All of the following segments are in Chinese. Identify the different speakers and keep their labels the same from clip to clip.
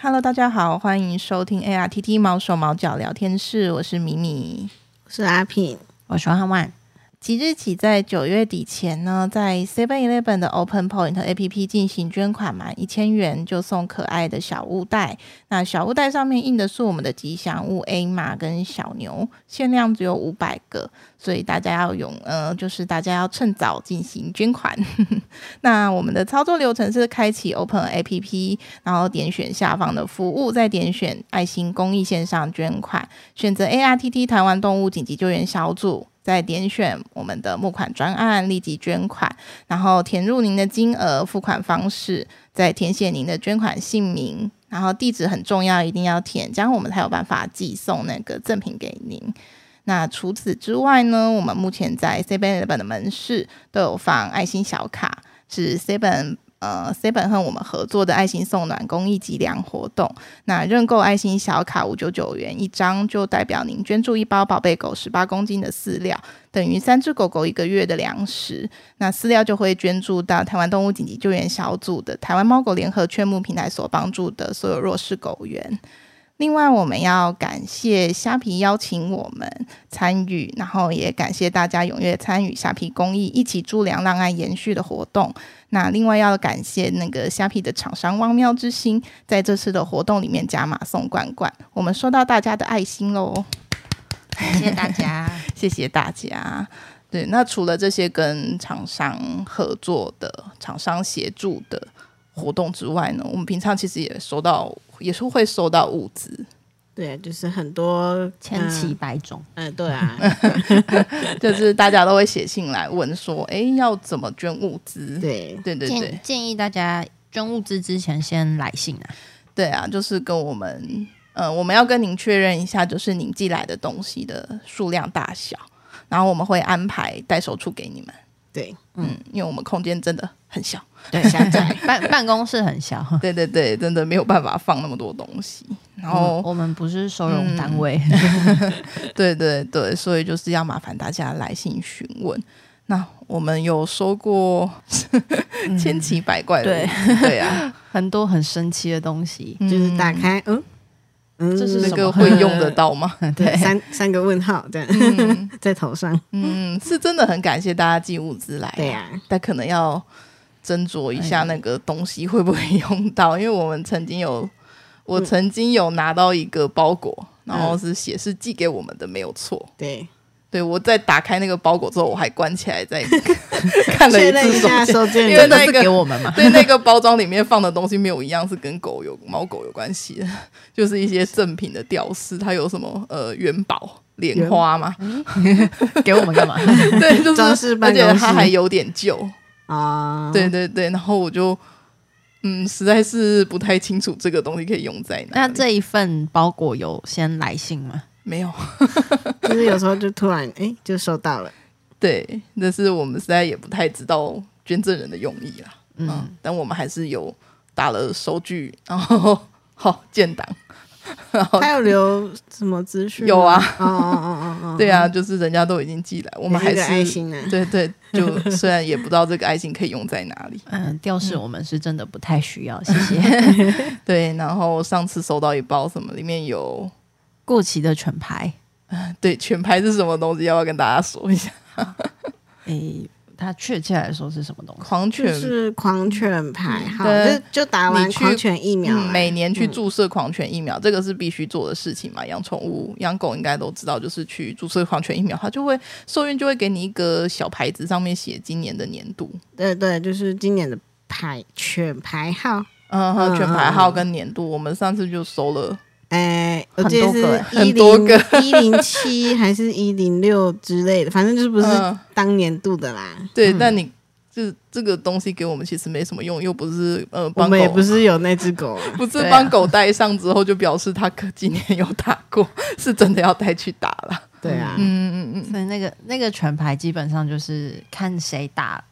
Speaker 1: Hello，大家好，欢迎收听 ARTT 毛手毛脚聊天室，我是米米。
Speaker 2: 是阿品，
Speaker 3: 我是汉万，
Speaker 1: 即日起，在九月底前呢，在 Seven Eleven 的 Open Point APP 进行捐款满一千元就送可爱的小物袋。那小物袋上面印的是我们的吉祥物 A 马跟小牛，限量只有五百个，所以大家要用呃，就是大家要趁早进行捐款。 那我们的操作流程是开启 Open APP，然后点选下方的服务，再点选爱心公益线上捐款，选择 ARTT 台湾动物紧急救援小组，再点选我们的募款专案立即捐款，然后填入您的金额、付款方式，再填写您的捐款姓名，然后地址很重要，一定要填，这样我们才有办法寄送那个赠品给您。那除此之外呢，我们目前在 Seven Eleven 的门市都有放爱心小卡，是 Seven 呃 Seven 和我们合作的爱心送暖公益集粮活动。那认购爱心小卡五九九元一张，就代表您捐助一包宝贝狗十八公斤的饲料，等于三只狗狗一个月的粮食。那饲料就会捐助到台湾动物紧急救援小组的台湾猫狗联合劝募平台所帮助的所有弱势狗园。另外，我们要感谢虾皮邀请我们参与，然后也感谢大家踊跃参与虾皮公益，一起助粮让爱延续的活动。那另外要感谢那个虾皮的厂商汪喵之星，在这次的活动里面加码送罐罐，我们收到大家的爱心喽，
Speaker 3: 谢谢大家。
Speaker 1: 谢谢大家。对，那除了这些跟厂商合作的、厂商协助的活动之外呢，我们平常其实也收到，也是会收到物资，
Speaker 2: 对，就是很多
Speaker 3: 千奇，百种，
Speaker 2: 嗯、呃 对啊，
Speaker 1: 就是大家都会写信来问说，哎，要怎么捐物资？
Speaker 2: 对，
Speaker 1: 对对对
Speaker 3: 建建议大家捐物资之前先来信啊。
Speaker 1: 对啊，就是跟我们，呃，我们要跟您确认一下，就是您寄来的东西的数量大小，然后我们会安排代收处给你们。
Speaker 2: 对，
Speaker 1: 嗯，因为我们空间真的很小，
Speaker 3: 对， 办办公室很小，
Speaker 1: 对对对，真的没有办法放那么多东西。然后
Speaker 2: 嗯
Speaker 3: 我，我们不是收容单位，
Speaker 1: 对对对，所以就是要麻烦大家来信询问。那我们有收过
Speaker 2: 嗯
Speaker 1: 千奇百怪的，对啊，
Speaker 3: 很多很神奇的东西。
Speaker 2: 就是打开，嗯嗯，
Speaker 3: 这是
Speaker 1: 那
Speaker 3: 什
Speaker 1: 个
Speaker 3: 么
Speaker 1: 会用 得到吗？
Speaker 2: 对三三个问号这样、在头上，
Speaker 1: 嗯，是真的很感谢大家寄物资来、
Speaker 2: 对啊，
Speaker 1: 但可能要斟酌
Speaker 2: 哎
Speaker 1: 一下那个东西会不会用到，因为我们曾经有，
Speaker 2: 嗯
Speaker 1: 我曾经有拿到一个包裹，然后是写是寄给我们的，没有错。
Speaker 2: 对，
Speaker 1: 对我在打开那个包裹之后，我还关起来 再看了
Speaker 2: 确
Speaker 1: 一
Speaker 2: 认一
Speaker 1: 次手
Speaker 2: 下
Speaker 1: 机。
Speaker 2: 收件
Speaker 1: 因为
Speaker 2: 人
Speaker 3: 真
Speaker 1: 那
Speaker 3: 的
Speaker 1: 个
Speaker 3: 是给 我们吗？
Speaker 1: 对，那个包装里面放的东西没有一样是跟狗有猫狗有关系的，就是一些正品的吊饰，它有什么呃元宝莲花嘛？
Speaker 3: 给我们干嘛？
Speaker 1: 对，就是
Speaker 2: 装饰
Speaker 1: 而
Speaker 2: 办
Speaker 1: 且
Speaker 2: 公室
Speaker 1: 它还有点旧，
Speaker 2: 啊，
Speaker 1: 对对对，然后我就嗯，实在是不太清楚这个东西可以用在哪
Speaker 3: 那
Speaker 1: 里。
Speaker 3: 这一份包裹有先来信吗？
Speaker 1: 没有，
Speaker 2: 就是有时候就突然哎、就收到了，
Speaker 1: 对，但是我们实在也不太知道捐赠人的用意啦。嗯，但我们还是有打了收据，然后好建档，然后
Speaker 2: 他有留什么资讯？
Speaker 1: 有啊，
Speaker 2: 哦哦哦哦哦，
Speaker 1: 对啊，就是人家都已经寄来， 我
Speaker 2: 我
Speaker 1: 们还是
Speaker 2: 爱心啊，
Speaker 1: 对对，就虽然也不知道这个爱心可以用在哪里。
Speaker 3: 嗯，吊饰我们是真的不太需要，谢谢。
Speaker 1: 对，然后上次收到一包什么，里面有
Speaker 3: 过期的犬牌，
Speaker 1: 对犬牌是什么东西，要不要跟大家说一下？
Speaker 3: 诶，它确切来说是什么东西？
Speaker 1: 狂
Speaker 2: 就
Speaker 1: 犬
Speaker 2: 是狂犬牌号，
Speaker 1: 嗯对
Speaker 2: 就就打完
Speaker 1: 你去
Speaker 2: 狂犬疫苗、啊欸
Speaker 1: 嗯，每年去注射狂犬疫苗，这个是必须做的事情嘛。养宠物、养狗应该都知道，就是去注射狂犬疫苗，它就会兽医就会给你一个小牌子，上面写今年的年度，
Speaker 2: 对对，就是今年的牌犬牌号，
Speaker 1: 嗯，还有
Speaker 2: 嗯
Speaker 1: 犬牌号跟年度。我们上次就收了，
Speaker 2: 哎，我
Speaker 3: 很
Speaker 2: 记
Speaker 3: 多
Speaker 2: 得
Speaker 3: 个
Speaker 2: 是一
Speaker 1: 很多
Speaker 2: 零
Speaker 1: 个
Speaker 2: 一零七还是一零六之类的，反正就是不是
Speaker 1: 嗯
Speaker 2: 当年度的啦。
Speaker 1: 对，但你这这个东西给我们其实没什么用，又不是呃
Speaker 2: 我
Speaker 1: 帮
Speaker 2: 们也
Speaker 1: 狗
Speaker 2: 不。是有那只狗啊，
Speaker 1: 不是
Speaker 3: 对啊
Speaker 1: 帮狗带上之后就表示它可今年有打过， 是真的要带去打了。
Speaker 2: 对啊，
Speaker 1: 嗯嗯嗯，
Speaker 3: 所以那个那个犬牌基本上就是看谁打，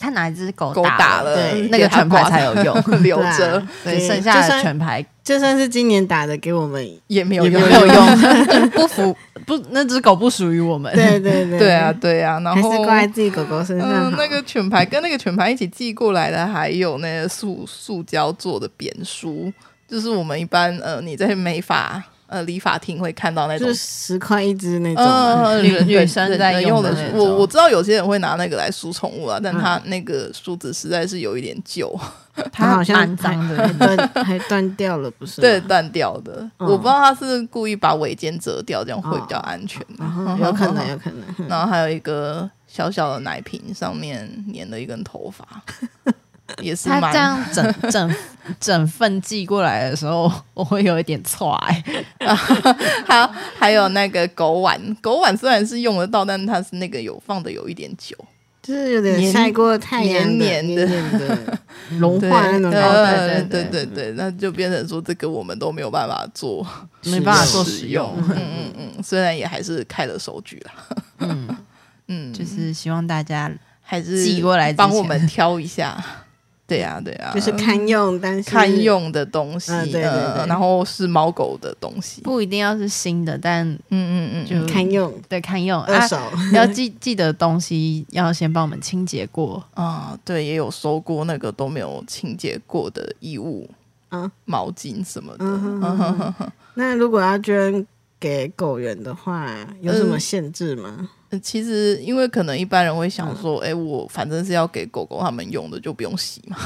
Speaker 3: 看哪一只狗
Speaker 1: 狗打了
Speaker 2: 哦对
Speaker 3: 那个犬牌才有用。
Speaker 1: 嗯留
Speaker 2: 对啊
Speaker 1: 着
Speaker 3: 对，
Speaker 2: 对
Speaker 3: 剩下
Speaker 2: 就
Speaker 3: 的
Speaker 2: 算
Speaker 3: 犬牌
Speaker 2: 就算是今年打的，给我 们，
Speaker 1: 也没有
Speaker 2: 也没
Speaker 1: 用
Speaker 2: 有。
Speaker 3: 没有用，不服不那只狗不属于我们。
Speaker 2: 对对对，
Speaker 1: 对啊，，对啊，然
Speaker 2: 还是
Speaker 1: 后
Speaker 2: 挂在自己狗狗身上
Speaker 1: 嗯
Speaker 2: 好，。
Speaker 1: 那个犬牌跟那个犬牌一起寄过来的，还有那个塑塑胶做的扁梳，就是我们一般呃你在美发呃理发厅会看到那种
Speaker 2: 就是十块一只那种啊、
Speaker 1: 呃，
Speaker 3: 女
Speaker 1: 人
Speaker 3: 女生
Speaker 1: 人
Speaker 3: 在
Speaker 1: 人
Speaker 3: 用
Speaker 1: 用
Speaker 3: 的
Speaker 1: 的
Speaker 3: 那
Speaker 1: 梳，我
Speaker 3: 种
Speaker 1: 我知道有些人会拿那个来梳宠物啊，但
Speaker 2: 嗯
Speaker 1: 它那个梳子实在是有一点旧，
Speaker 2: 它好像
Speaker 3: 蛮脏的
Speaker 2: 还断还断掉了，
Speaker 3: 啊
Speaker 2: 不是？
Speaker 1: 对，，断掉的。
Speaker 2: 嗯哦
Speaker 1: 我不知道他是故意把尾尖折掉，这样会比较安全。嗯
Speaker 2: 然后有可能，有可能。嗯
Speaker 1: 然后还有一个小小的奶瓶，上面粘了一根头 发，也是
Speaker 3: 他这
Speaker 1: 蛮
Speaker 3: 样整整整份寄过来的时候， 我会有一点错哎、
Speaker 1: 好。 还有那个狗碗，狗碗虽然是用得到，但它是那个有放的有一点久，
Speaker 2: 就是有点
Speaker 1: 黏
Speaker 2: 晒过太阳的
Speaker 1: 黏黏的
Speaker 2: 黏的融
Speaker 1: 对
Speaker 2: 化那种感觉。
Speaker 1: 呃对
Speaker 3: 对对
Speaker 1: 对对，那就变成说这个我们都没有办法做
Speaker 3: 没办法
Speaker 2: 是
Speaker 3: 做
Speaker 1: 使
Speaker 3: 使
Speaker 1: 用
Speaker 3: 用。
Speaker 1: 嗯嗯嗯，虽然也还是开了收据啦，
Speaker 3: 嗯，
Speaker 1: 嗯，
Speaker 3: 就是希望大家
Speaker 1: 还是
Speaker 3: 寄过来之前
Speaker 1: 帮我们挑一下。 对呀、对呀、
Speaker 2: 就是堪用，但是
Speaker 1: 堪用的东西，
Speaker 2: 嗯对对
Speaker 1: 呃
Speaker 2: 对
Speaker 1: 然后是猫狗的东西，嗯
Speaker 3: 不一定要是新的，但
Speaker 1: 嗯嗯嗯，
Speaker 3: 就
Speaker 2: 堪用
Speaker 3: 对看用
Speaker 2: 二
Speaker 3: 啊，
Speaker 2: 手。
Speaker 3: 要记记得东西要先帮我们清洁过。
Speaker 1: 啊，对，也有收过那个都没有清洁过的衣物，
Speaker 2: 嗯
Speaker 1: 毛巾什么的，
Speaker 2: 嗯哼哼哼哼那如果要捐给狗园的话，有什
Speaker 1: 嗯
Speaker 2: 么限制吗？
Speaker 1: 呃其实因为可能一般人会
Speaker 2: 嗯
Speaker 1: 想说，哎、我反正是要给狗狗它们用的，就不用洗 嘛，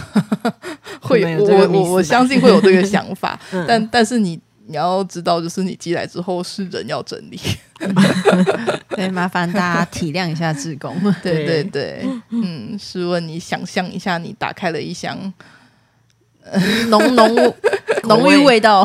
Speaker 1: 会
Speaker 2: 没
Speaker 1: 有
Speaker 2: 有
Speaker 1: 我
Speaker 2: 这个
Speaker 1: 我
Speaker 2: 迷
Speaker 1: 我
Speaker 2: 思
Speaker 1: 我
Speaker 2: 吧
Speaker 1: 相信会有这个想法，
Speaker 2: 嗯
Speaker 1: 但但是你。你要知道，就是你寄来之后是人要整 理，
Speaker 3: 对，麻烦大家体谅一下志工。
Speaker 1: 对对
Speaker 2: 对
Speaker 1: 对， 嗯，试问你想象一下，你打开了一箱
Speaker 3: 浓浓浓郁味道，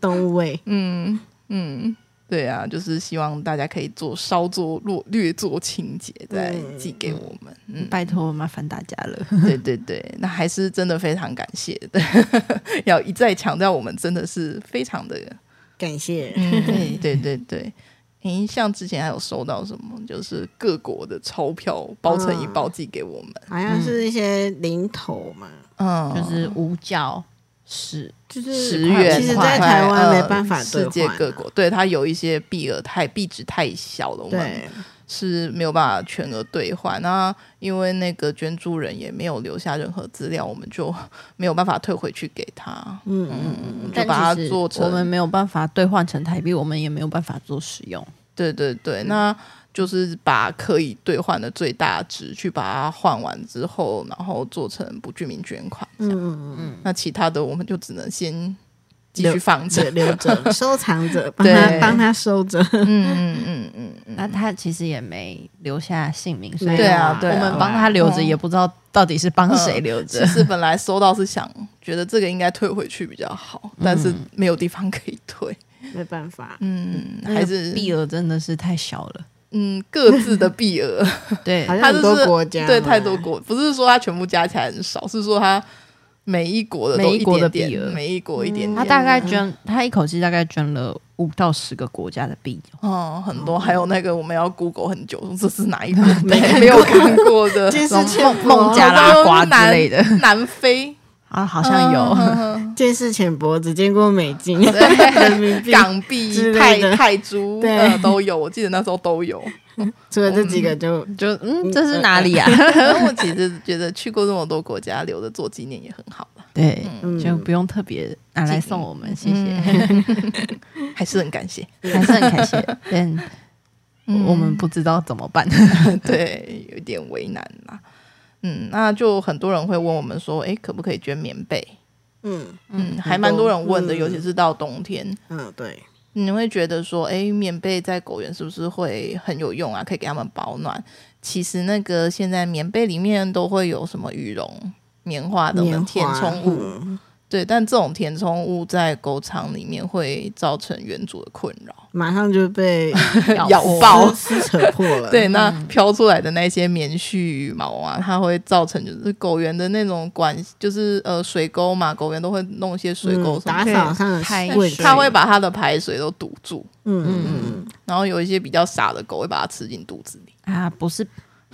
Speaker 2: 动物味，
Speaker 1: 嗯，嗯，对啊，就是希望大家可以做稍做略略做清洁，再寄给我们。嗯，
Speaker 3: 拜托麻烦大家了。
Speaker 1: 对对对，那还是真的非常感谢的， 要一再强调，我们真的是非常的，
Speaker 2: 感谢。
Speaker 1: 嗯， 对对对。诶，像之前还有收到什么，就是各国的钞票包成一包寄给我们，
Speaker 2: 好像是一些零头嘛，
Speaker 1: 嗯，
Speaker 3: 就是五角十，
Speaker 2: 就是
Speaker 1: 十元，
Speaker 2: 其实，
Speaker 1: 块
Speaker 2: 在台湾
Speaker 1: 呃
Speaker 2: 没办法兑
Speaker 1: 世
Speaker 2: 换啊
Speaker 1: 界各国对它有一些币额太币值太小了，我们
Speaker 2: 对，
Speaker 1: 是没有办法全额兑换。那因为那个捐助人也没有留下任何资料，我们就没有办法退回去给他，
Speaker 2: 嗯嗯嗯嗯，
Speaker 1: 就
Speaker 3: 但
Speaker 1: 把它
Speaker 3: 其实
Speaker 1: 做
Speaker 3: 我们
Speaker 1: 成。
Speaker 3: 没有办法兑换成台币，我们也没有办法做使用。
Speaker 1: 对对对，那就是把可以兑换的最大值去把它换完之后，然后做成不具名捐款。
Speaker 2: 嗯嗯嗯
Speaker 1: 那其他的我们就只能先继续
Speaker 2: 留
Speaker 1: 放着
Speaker 2: 留。留 着，收藏着，帮他
Speaker 1: 对
Speaker 2: 帮他收着。
Speaker 1: 嗯嗯嗯嗯嗯，
Speaker 3: 那他其实也没留下姓名，所以
Speaker 1: 对啊对
Speaker 3: 我
Speaker 1: 啊
Speaker 3: 们帮他留着，
Speaker 1: 嗯
Speaker 3: 也不知道到底是帮谁留着
Speaker 1: 其。实本来收到是想觉得这个应该退回去比较好，
Speaker 2: 嗯
Speaker 1: 但是没有地方可以退。
Speaker 2: 没办法，
Speaker 1: 嗯，
Speaker 3: 那个
Speaker 1: 还是
Speaker 3: 币额真的是太小 了，
Speaker 1: 嗯各自 的 币额，
Speaker 3: 对
Speaker 2: 好，像
Speaker 1: 它
Speaker 2: 很
Speaker 1: 就是
Speaker 2: 多国家
Speaker 1: 对
Speaker 2: 嘛
Speaker 1: 太多国，不是说它全部加起来很少，是说它每一国的都
Speaker 3: 每一国的
Speaker 1: 点
Speaker 3: 币额
Speaker 1: 点每一国一
Speaker 2: 嗯
Speaker 1: 点
Speaker 3: 他
Speaker 1: 点，
Speaker 3: 大概捐，他一口气大概捐了五到十个国家的币，
Speaker 1: 哦，很多，还有那个我们要 Google 很久，这是哪 一国？对没有看过的，
Speaker 2: 见识
Speaker 1: 然后
Speaker 2: 浅薄，
Speaker 3: 孟加拉瓜之类 的
Speaker 1: 南 非
Speaker 3: 啊，好像
Speaker 1: 嗯
Speaker 3: 有。
Speaker 2: 见识浅薄，只见过美金、
Speaker 1: 对
Speaker 2: 人民币，
Speaker 1: 港币
Speaker 2: 之、
Speaker 1: 泰
Speaker 2: 类的
Speaker 1: 泰铢，
Speaker 2: 对
Speaker 1: 呃，都有，我记得那时候都 有。
Speaker 2: 除了这几个就
Speaker 3: 就嗯，这是哪里啊？
Speaker 1: 然后我其实觉得去过这么多国家，留着做纪念也很好啦。
Speaker 3: 对，
Speaker 2: 嗯
Speaker 3: 就不用特别拿来送我
Speaker 1: 嗯
Speaker 3: 们，谢谢，
Speaker 2: 嗯
Speaker 1: 还是很感谢。
Speaker 3: 还是很感谢。 但我们不知道怎么办，
Speaker 1: 对，有点为难啦。嗯，那就很多人会问我们说，诶，可不可以捐棉被？
Speaker 2: 嗯
Speaker 1: 嗯，还蛮多人问的，
Speaker 2: 嗯
Speaker 1: 尤其是到冬天，
Speaker 2: 嗯对，
Speaker 1: 你会觉得说，诶，棉被在狗园是不是会很有用啊？可以给它们保暖。其实那个现在棉被里面都会有什么羽绒、棉花等等
Speaker 2: 棉
Speaker 1: 填
Speaker 2: 花
Speaker 1: 充物，
Speaker 2: 嗯
Speaker 1: 对，但这种填充物在狗场里面会造成原主的困扰。
Speaker 2: 马上就被
Speaker 1: 咬爆
Speaker 2: 撕撕扯破 了。
Speaker 1: 对，那飘出来的那些棉絮羽毛啊，它会造成就是狗园的那种管，就是呃水沟嘛，狗园都会弄一些水沟什么
Speaker 2: 嗯打
Speaker 1: 的，
Speaker 2: 扫上的
Speaker 3: 排
Speaker 2: 问
Speaker 3: 水
Speaker 2: 题，
Speaker 1: 它会把它的排水都堵住，
Speaker 2: 嗯嗯
Speaker 1: 然后有一些比较傻的狗会把它吃进肚子里，
Speaker 3: 啊，不是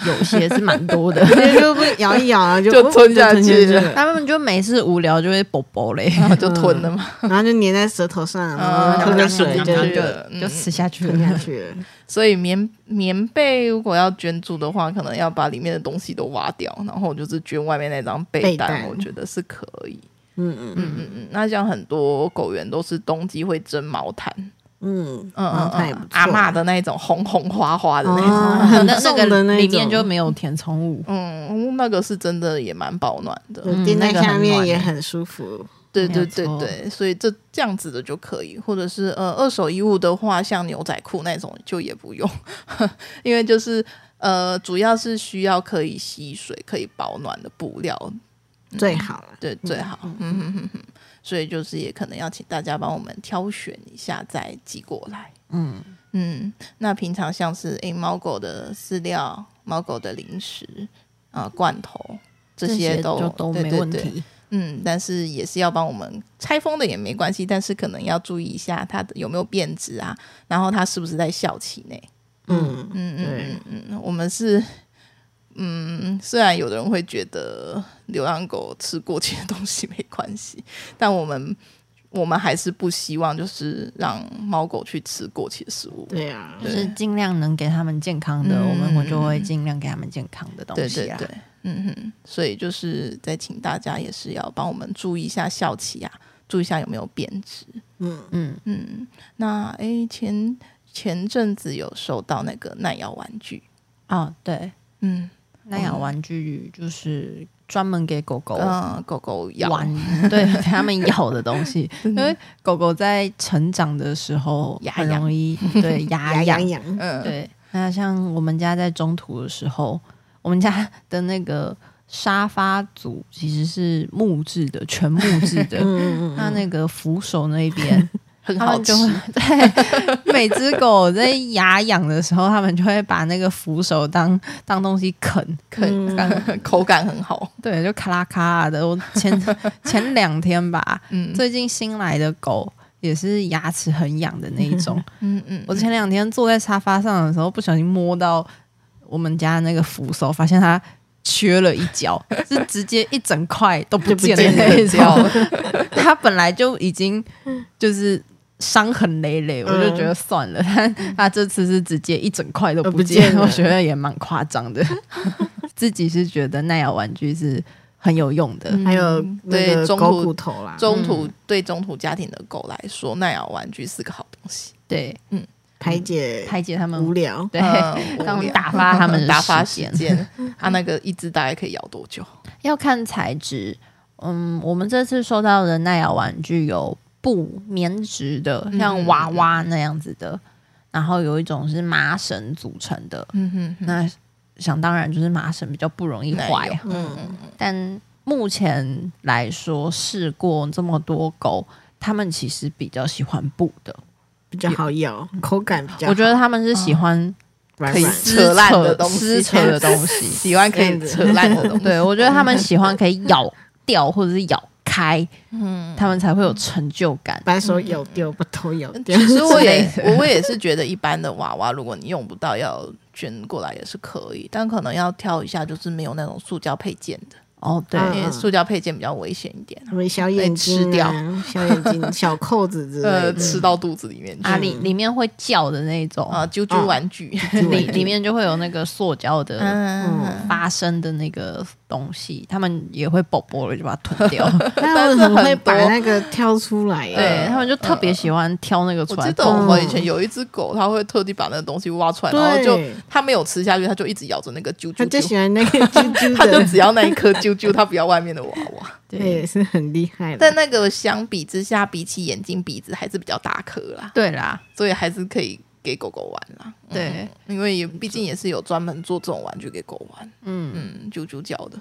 Speaker 3: 有些是蛮多 的，
Speaker 2: 嗯，就会咬一 咬啊，就
Speaker 1: 就吞下
Speaker 2: 下
Speaker 1: 去了
Speaker 2: 了，
Speaker 3: 他们就每次无聊就会啵啵 嘞，
Speaker 1: 然后就吞了嘛，
Speaker 2: 然后就粘在舌头上，啊
Speaker 1: 嗯
Speaker 2: 然后喝个水
Speaker 1: 嗯
Speaker 2: 就就
Speaker 1: 嗯
Speaker 3: 就就吃下去
Speaker 2: 吞下
Speaker 3: 了。
Speaker 2: 去了。
Speaker 1: 所以棉棉被如果要捐助的话，可能要把里面的东西都挖掉，然后就是捐外面那张被
Speaker 2: 被
Speaker 1: 单，
Speaker 2: 单
Speaker 1: 我觉得是可以。
Speaker 2: 嗯嗯
Speaker 1: 嗯嗯嗯，那像很多狗园都是冬季会蒸毛毯，
Speaker 2: 嗯，
Speaker 1: 嗯
Speaker 2: 毛
Speaker 1: 嗯
Speaker 2: 毯也不
Speaker 1: 嗯
Speaker 2: 错，
Speaker 1: 阿嬷的那一种红红花花的那种，
Speaker 2: 哦
Speaker 3: 那
Speaker 2: 很
Speaker 3: 那
Speaker 2: 重的
Speaker 3: 个
Speaker 2: 那
Speaker 3: 里
Speaker 2: 种
Speaker 3: 面就没有填充物，
Speaker 1: 嗯，那个是真的也蛮保暖的，
Speaker 2: 对
Speaker 3: 嗯
Speaker 2: 钉在
Speaker 3: 那个很
Speaker 2: 下面
Speaker 3: 暖
Speaker 2: 也
Speaker 3: 欸
Speaker 2: 很舒服。
Speaker 1: 对
Speaker 3: 没
Speaker 1: 对
Speaker 3: 有
Speaker 1: 对
Speaker 3: 错
Speaker 1: 对，所以这这样子的就可以，或者是呃二手衣物的话，像牛仔裤那种就也不用， 因为就是呃主要是需要可以吸水、可以保暖的布料，
Speaker 2: 最好了。
Speaker 1: 嗯对最好，嗯嗯嗯嗯，所以就是也可能要请大家帮我们挑选一下再寄过来。
Speaker 3: 嗯，
Speaker 1: 嗯，那平常像是诶猫狗的饲料、猫狗的零食啊、罐头这些都
Speaker 3: 就都
Speaker 1: 对
Speaker 3: 没
Speaker 1: 对
Speaker 3: 问
Speaker 1: 对
Speaker 3: 题。
Speaker 1: 嗯，但是也是要帮我们拆封的也没关系，但是可能要注意一下它的有没有变质啊，然后它是不是在校期内。
Speaker 2: 嗯，
Speaker 1: 嗯
Speaker 2: 对
Speaker 1: 嗯嗯嗯，我们是嗯，虽然有的人会觉得流浪狗吃过期的东西没关系， 但我们我们还是不希望就是让猫狗去吃过期的食物。
Speaker 2: 对啊，
Speaker 3: 就是尽量能给他们健康的，
Speaker 1: 嗯
Speaker 3: 我们会就会尽量给他们健康的东
Speaker 1: 对对
Speaker 3: 西啊。
Speaker 1: 对，嗯哼，所以就是再请大家也是要帮我们注意一下校期啊，注意一下有没有变质。
Speaker 2: 嗯，
Speaker 3: 嗯，
Speaker 1: 嗯，那诶前前阵子有收到那个耐咬玩具，
Speaker 3: 哦，对，
Speaker 1: 嗯
Speaker 3: 那养玩具就是专门给狗狗
Speaker 1: 嗯、呃狗狗咬，
Speaker 3: 哦玩， 对他们咬的东 西，因为狗狗在成长的时候
Speaker 1: 牙
Speaker 3: 很
Speaker 1: 痒
Speaker 3: 容易对牙
Speaker 2: 牙
Speaker 3: 痒
Speaker 2: 痒。痒，
Speaker 1: 嗯，
Speaker 3: 对，那像我们家在中途的时候，我们家的那个沙发组其实是木质的，全木质 的。
Speaker 2: 嗯
Speaker 3: 那那个扶手那边，
Speaker 1: 很
Speaker 3: 他
Speaker 1: 好
Speaker 3: 们
Speaker 1: 吃
Speaker 3: 就，会 对每只狗在牙痒的时候，他们就会把那个扶手当当东西啃，
Speaker 1: 啃、
Speaker 3: 嗯
Speaker 1: 口感很好，
Speaker 3: 对，就咔啦咔啦的。我前 前两天吧，
Speaker 1: 嗯
Speaker 3: 最近新来的狗也是牙齿很痒的那一种。
Speaker 1: 嗯嗯，
Speaker 3: 我前两天坐在沙发上的时候，不小心摸到我们家那个扶手，发现它。缺了一角，是直接一整块都不见的
Speaker 2: 就不见
Speaker 3: 那一
Speaker 1: 了
Speaker 3: 种。它本来就已经就是伤痕累累，我就觉得算了。但它这次是直接一整块都不
Speaker 2: 都不
Speaker 3: 见，
Speaker 2: 见了
Speaker 3: 我觉得也蛮夸张的。自己是觉得耐咬玩具是很有用的，
Speaker 2: 还有
Speaker 1: 嗯
Speaker 2: 那
Speaker 1: 对
Speaker 2: 个
Speaker 1: 中
Speaker 2: 狗骨
Speaker 1: 途
Speaker 2: 头啦，
Speaker 1: 中途、
Speaker 3: 嗯
Speaker 1: 对中途家庭的狗来说，耐咬玩具是个好东西，
Speaker 3: 对，
Speaker 2: 排解
Speaker 3: 排解他们
Speaker 2: 无聊。
Speaker 3: 对，
Speaker 1: 嗯
Speaker 3: 当
Speaker 1: 无聊
Speaker 3: 打发他们 的
Speaker 1: 打发
Speaker 3: 时
Speaker 1: 时
Speaker 3: 间
Speaker 1: 间， 它那个一只大概可以咬多久？
Speaker 3: 要看材质。嗯，我们这次收到的耐咬玩具有布棉质的，
Speaker 1: 嗯
Speaker 3: 像娃娃那样子的，然后有一种是麻绳组成的。
Speaker 1: 嗯哼哼，
Speaker 3: 那想当然就是麻绳比较不容易坏啊
Speaker 1: 耐咬，
Speaker 2: 嗯，
Speaker 3: 但目前来说试过这么多狗，他们其实比较喜欢布的。
Speaker 2: 比较好咬，
Speaker 1: 嗯
Speaker 2: 口感比较
Speaker 3: 我觉得他们是喜欢
Speaker 2: 软
Speaker 1: 可以
Speaker 2: 软
Speaker 1: 撕
Speaker 3: 撕
Speaker 1: 扯烂的东西
Speaker 3: 撕扯的东西，
Speaker 1: 喜欢可以扯烂的东西，
Speaker 3: 对，我觉得他们喜欢可以咬掉或者是咬开，嗯，他们才会有成就感。
Speaker 2: 把手
Speaker 1: 嗯
Speaker 2: 咬掉，把头咬掉。
Speaker 1: 其实我也
Speaker 3: 之类的
Speaker 1: 我我也是觉得一般的娃娃，如果你用不到要捐过来也是可以，但可能要挑一下，就是没有那种塑胶配件的，
Speaker 3: 哦，对，
Speaker 2: 嗯
Speaker 1: 因为塑胶配件比较危险一点，啊
Speaker 2: 什么小眼睛
Speaker 1: 被吃掉
Speaker 2: 啊， 小眼睛、小扣子之类
Speaker 1: 呃，
Speaker 2: 的，
Speaker 1: 吃到肚子里面去
Speaker 3: 啊里里面会叫的那种，
Speaker 1: 啊，啾啾玩具，
Speaker 3: 里里面就会有那个塑胶的
Speaker 1: 嗯，
Speaker 3: 发声的那个东西，他们也会啵啵的就把它 吞掉。
Speaker 2: 但
Speaker 1: 但
Speaker 2: 是
Speaker 1: 是
Speaker 2: 很会
Speaker 1: 很
Speaker 2: 把
Speaker 1: 多
Speaker 2: 那个挑出 来。啊
Speaker 3: 对他们就特别喜欢挑那个出
Speaker 1: 我
Speaker 3: 来
Speaker 1: 记得
Speaker 3: 啵。
Speaker 1: 我们以前有一只狗，它会特地把那个东西挖出来，然后就
Speaker 2: 对
Speaker 1: 它没有吃下去，它就一直咬着那个啾
Speaker 2: 他
Speaker 1: 啾
Speaker 2: 最
Speaker 1: 啾，
Speaker 2: 喜欢 那个啾啾
Speaker 1: 它就
Speaker 2: 的，
Speaker 1: 只要那一颗啾啾，它不要外面的娃娃。
Speaker 2: 那也是很厉害的。
Speaker 1: 但那个相比之下，比起眼睛、鼻子还是比较大颗啦，
Speaker 3: 对啦，
Speaker 1: 所以还是可以给狗狗玩啦。嗯
Speaker 3: 对，
Speaker 1: 因为也毕竟也是有专门做这种玩具给狗玩，
Speaker 3: 嗯，
Speaker 1: 嗯，啾啾叫的，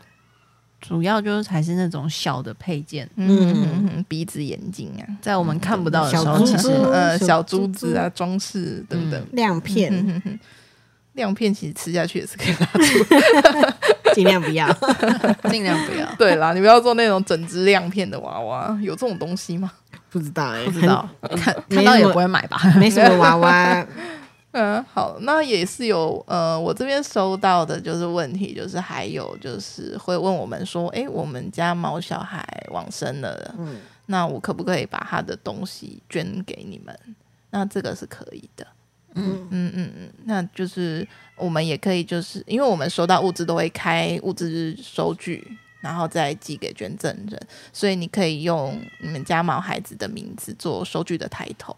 Speaker 3: 主要就是还是那种小的配件，
Speaker 1: 嗯，嗯鼻子、眼睛啊，
Speaker 3: 在我们看不到的时
Speaker 2: 小
Speaker 3: 候，
Speaker 2: 珠
Speaker 3: 其实
Speaker 2: 珠
Speaker 1: 呃，小
Speaker 2: 小
Speaker 1: 珠
Speaker 2: 珠
Speaker 1: 子啊，装饰等等。
Speaker 2: 亮
Speaker 1: 嗯
Speaker 2: 片
Speaker 1: 亮片其实吃下去也是可以拉
Speaker 2: 尽量不要，
Speaker 3: 尽量不要。
Speaker 1: 对啦，你不要做那种整只亮片的娃娃，有这种东西吗？
Speaker 2: 不知道哎，
Speaker 3: 不知道，看看
Speaker 2: 没
Speaker 3: 到
Speaker 2: 什
Speaker 3: 也
Speaker 2: 么
Speaker 3: 不会买吧？
Speaker 2: 很 没什么娃娃，
Speaker 1: 嗯，好，那也是有呃，我这边收到的就是问题，就是还有就是会问我们说，诶，我们家毛小孩往生了，
Speaker 2: 嗯
Speaker 1: 那我可不可以把他的东西捐给你们？那这个是可以的。
Speaker 2: 嗯
Speaker 1: 嗯嗯嗯，那就是我们也可以，就是因为我们收到物资都会开物资收据，然后再寄给捐赠人，所以你可以用你们家毛孩子的名字做收据的抬头。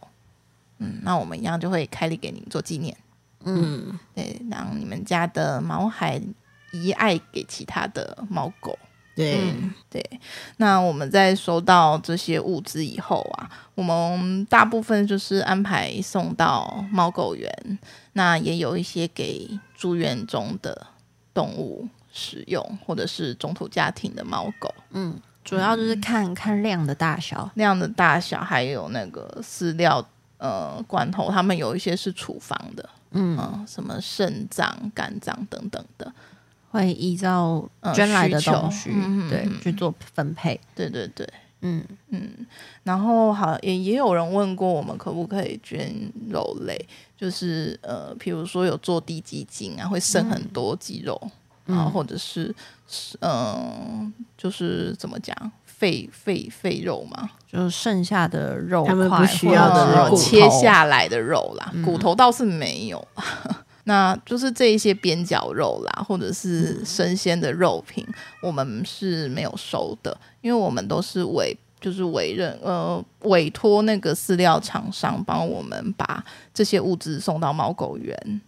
Speaker 1: 嗯，那我们一样就会开立给您做纪念，
Speaker 2: 嗯，
Speaker 1: 对，让你们家的毛孩遗爱给其他的猫狗。
Speaker 2: 对，
Speaker 1: 嗯，对。那我们在收到这些物资以后啊，我们大部分就是安排送到猫狗园，那也有一些给住院中的动物使用，或者是中途家庭的猫狗
Speaker 3: 嗯，主要就是看看量的大小，
Speaker 1: 那样的大小，还有那个饲料呃罐头，他们有一些是处方的，嗯、
Speaker 3: 嗯，
Speaker 1: 什么肾脏、肝脏等等的，
Speaker 3: 会依照
Speaker 1: 嗯
Speaker 3: 捐来的
Speaker 1: 需求
Speaker 3: 东西，
Speaker 1: 嗯嗯
Speaker 3: 对
Speaker 1: 嗯，
Speaker 3: 去做分配，
Speaker 1: 对对对。
Speaker 3: 嗯，
Speaker 1: 嗯，然后好也也有人问过我们可不可以捐肉类，就是呃，譬如说有做低基金啊，会剩很多肌肉，
Speaker 3: 嗯
Speaker 1: 然后或者是嗯、呃就是怎么讲，肺肺肺肉嘛，
Speaker 3: 就是剩下的肉块
Speaker 2: 他们不需
Speaker 3: 或者
Speaker 2: 要的
Speaker 1: 呃
Speaker 3: 是
Speaker 2: 肉嗯
Speaker 3: 骨头
Speaker 1: 切下来的肉啦，骨头倒是没有。 那就是这一些边角肉啦，或者
Speaker 2: 嗯
Speaker 1: 是生鲜的肉品，我们是没有收的，因为我们都是委就是委任呃委托那个饲料厂商帮我们把这些物资送到猫狗园。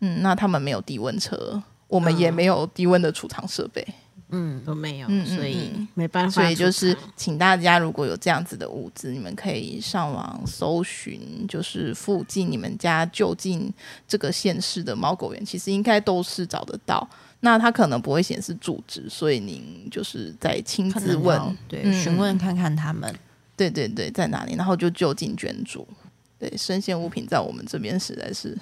Speaker 1: 嗯，那他们没有低温车，我们也
Speaker 2: 嗯
Speaker 1: 没有低温的储藏设备。
Speaker 3: 嗯，
Speaker 2: 都没有
Speaker 1: 嗯，嗯
Speaker 2: 所以
Speaker 1: 嗯
Speaker 2: 没办法出
Speaker 1: 所
Speaker 2: 场，
Speaker 1: 以就是， 请大家如果有这样子的物资，你们可以上网搜寻，就是附近你们家就近这个县市的猫狗园，其实应该都是找得到。那它可能不会显示住址，所以您就是在亲
Speaker 3: 可
Speaker 1: 自
Speaker 3: 能
Speaker 1: 问
Speaker 3: 要，对，
Speaker 1: 嗯
Speaker 3: 询问看看他们，
Speaker 1: 对对对，在哪里，然后就就近捐助。对，生鲜物品在我们这边实在是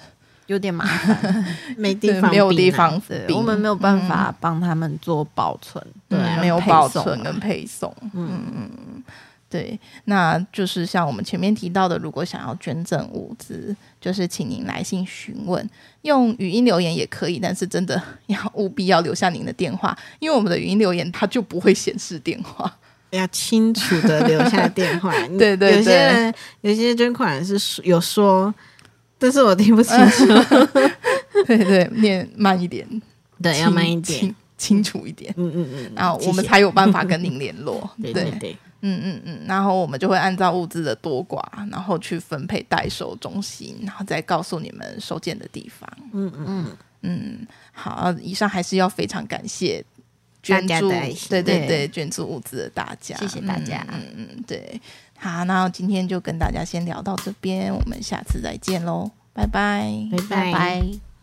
Speaker 3: 有 点麻烦，
Speaker 2: 没地方避难，
Speaker 1: 没有地方
Speaker 3: 对，
Speaker 1: 避
Speaker 3: 我们没有办法帮他们做保存，
Speaker 2: 对啊
Speaker 1: 嗯没有
Speaker 3: 配
Speaker 1: 保
Speaker 3: 送
Speaker 1: 存
Speaker 3: 啊
Speaker 1: 跟配送。嗯嗯嗯，对，那就是像我们前面提到的，如果想要捐赠物资，就是请您来信询问，用语音留言也可以，但是真的要务必要留下您的电话，因为我们的语音留言它就不会显示电 话。
Speaker 2: 要清楚的留下电 话。你
Speaker 1: 对对
Speaker 2: 有些
Speaker 1: 对
Speaker 2: 人有些捐款人是说有说，但是我听不清
Speaker 1: 嗯
Speaker 2: 楚，
Speaker 1: 对对，念慢一点，
Speaker 2: 对，要
Speaker 1: 清
Speaker 2: 慢一 点。
Speaker 1: 清清楚一点，
Speaker 2: 嗯嗯嗯，
Speaker 1: 然后
Speaker 2: 谢谢
Speaker 1: 我们才有办
Speaker 2: 。
Speaker 1: 法跟您联络
Speaker 2: 对对对，
Speaker 1: 嗯嗯嗯，然后我们就会按照物资的多寡，然后去分配代收中心，然后再告诉你们收件的地方。
Speaker 2: 嗯嗯嗯，
Speaker 1: 嗯，好，以上还是要非常感谢
Speaker 2: 大
Speaker 1: 捐
Speaker 2: 家
Speaker 1: 助
Speaker 2: 的爱，心
Speaker 1: 对对
Speaker 3: 对
Speaker 1: 对，捐助物资的大家，
Speaker 3: 谢谢大家
Speaker 1: 嗯嗯嗯，对，好，那今天就跟大家先聊到这边，我们下次再见喽，拜拜。
Speaker 2: 拜
Speaker 3: 拜拜。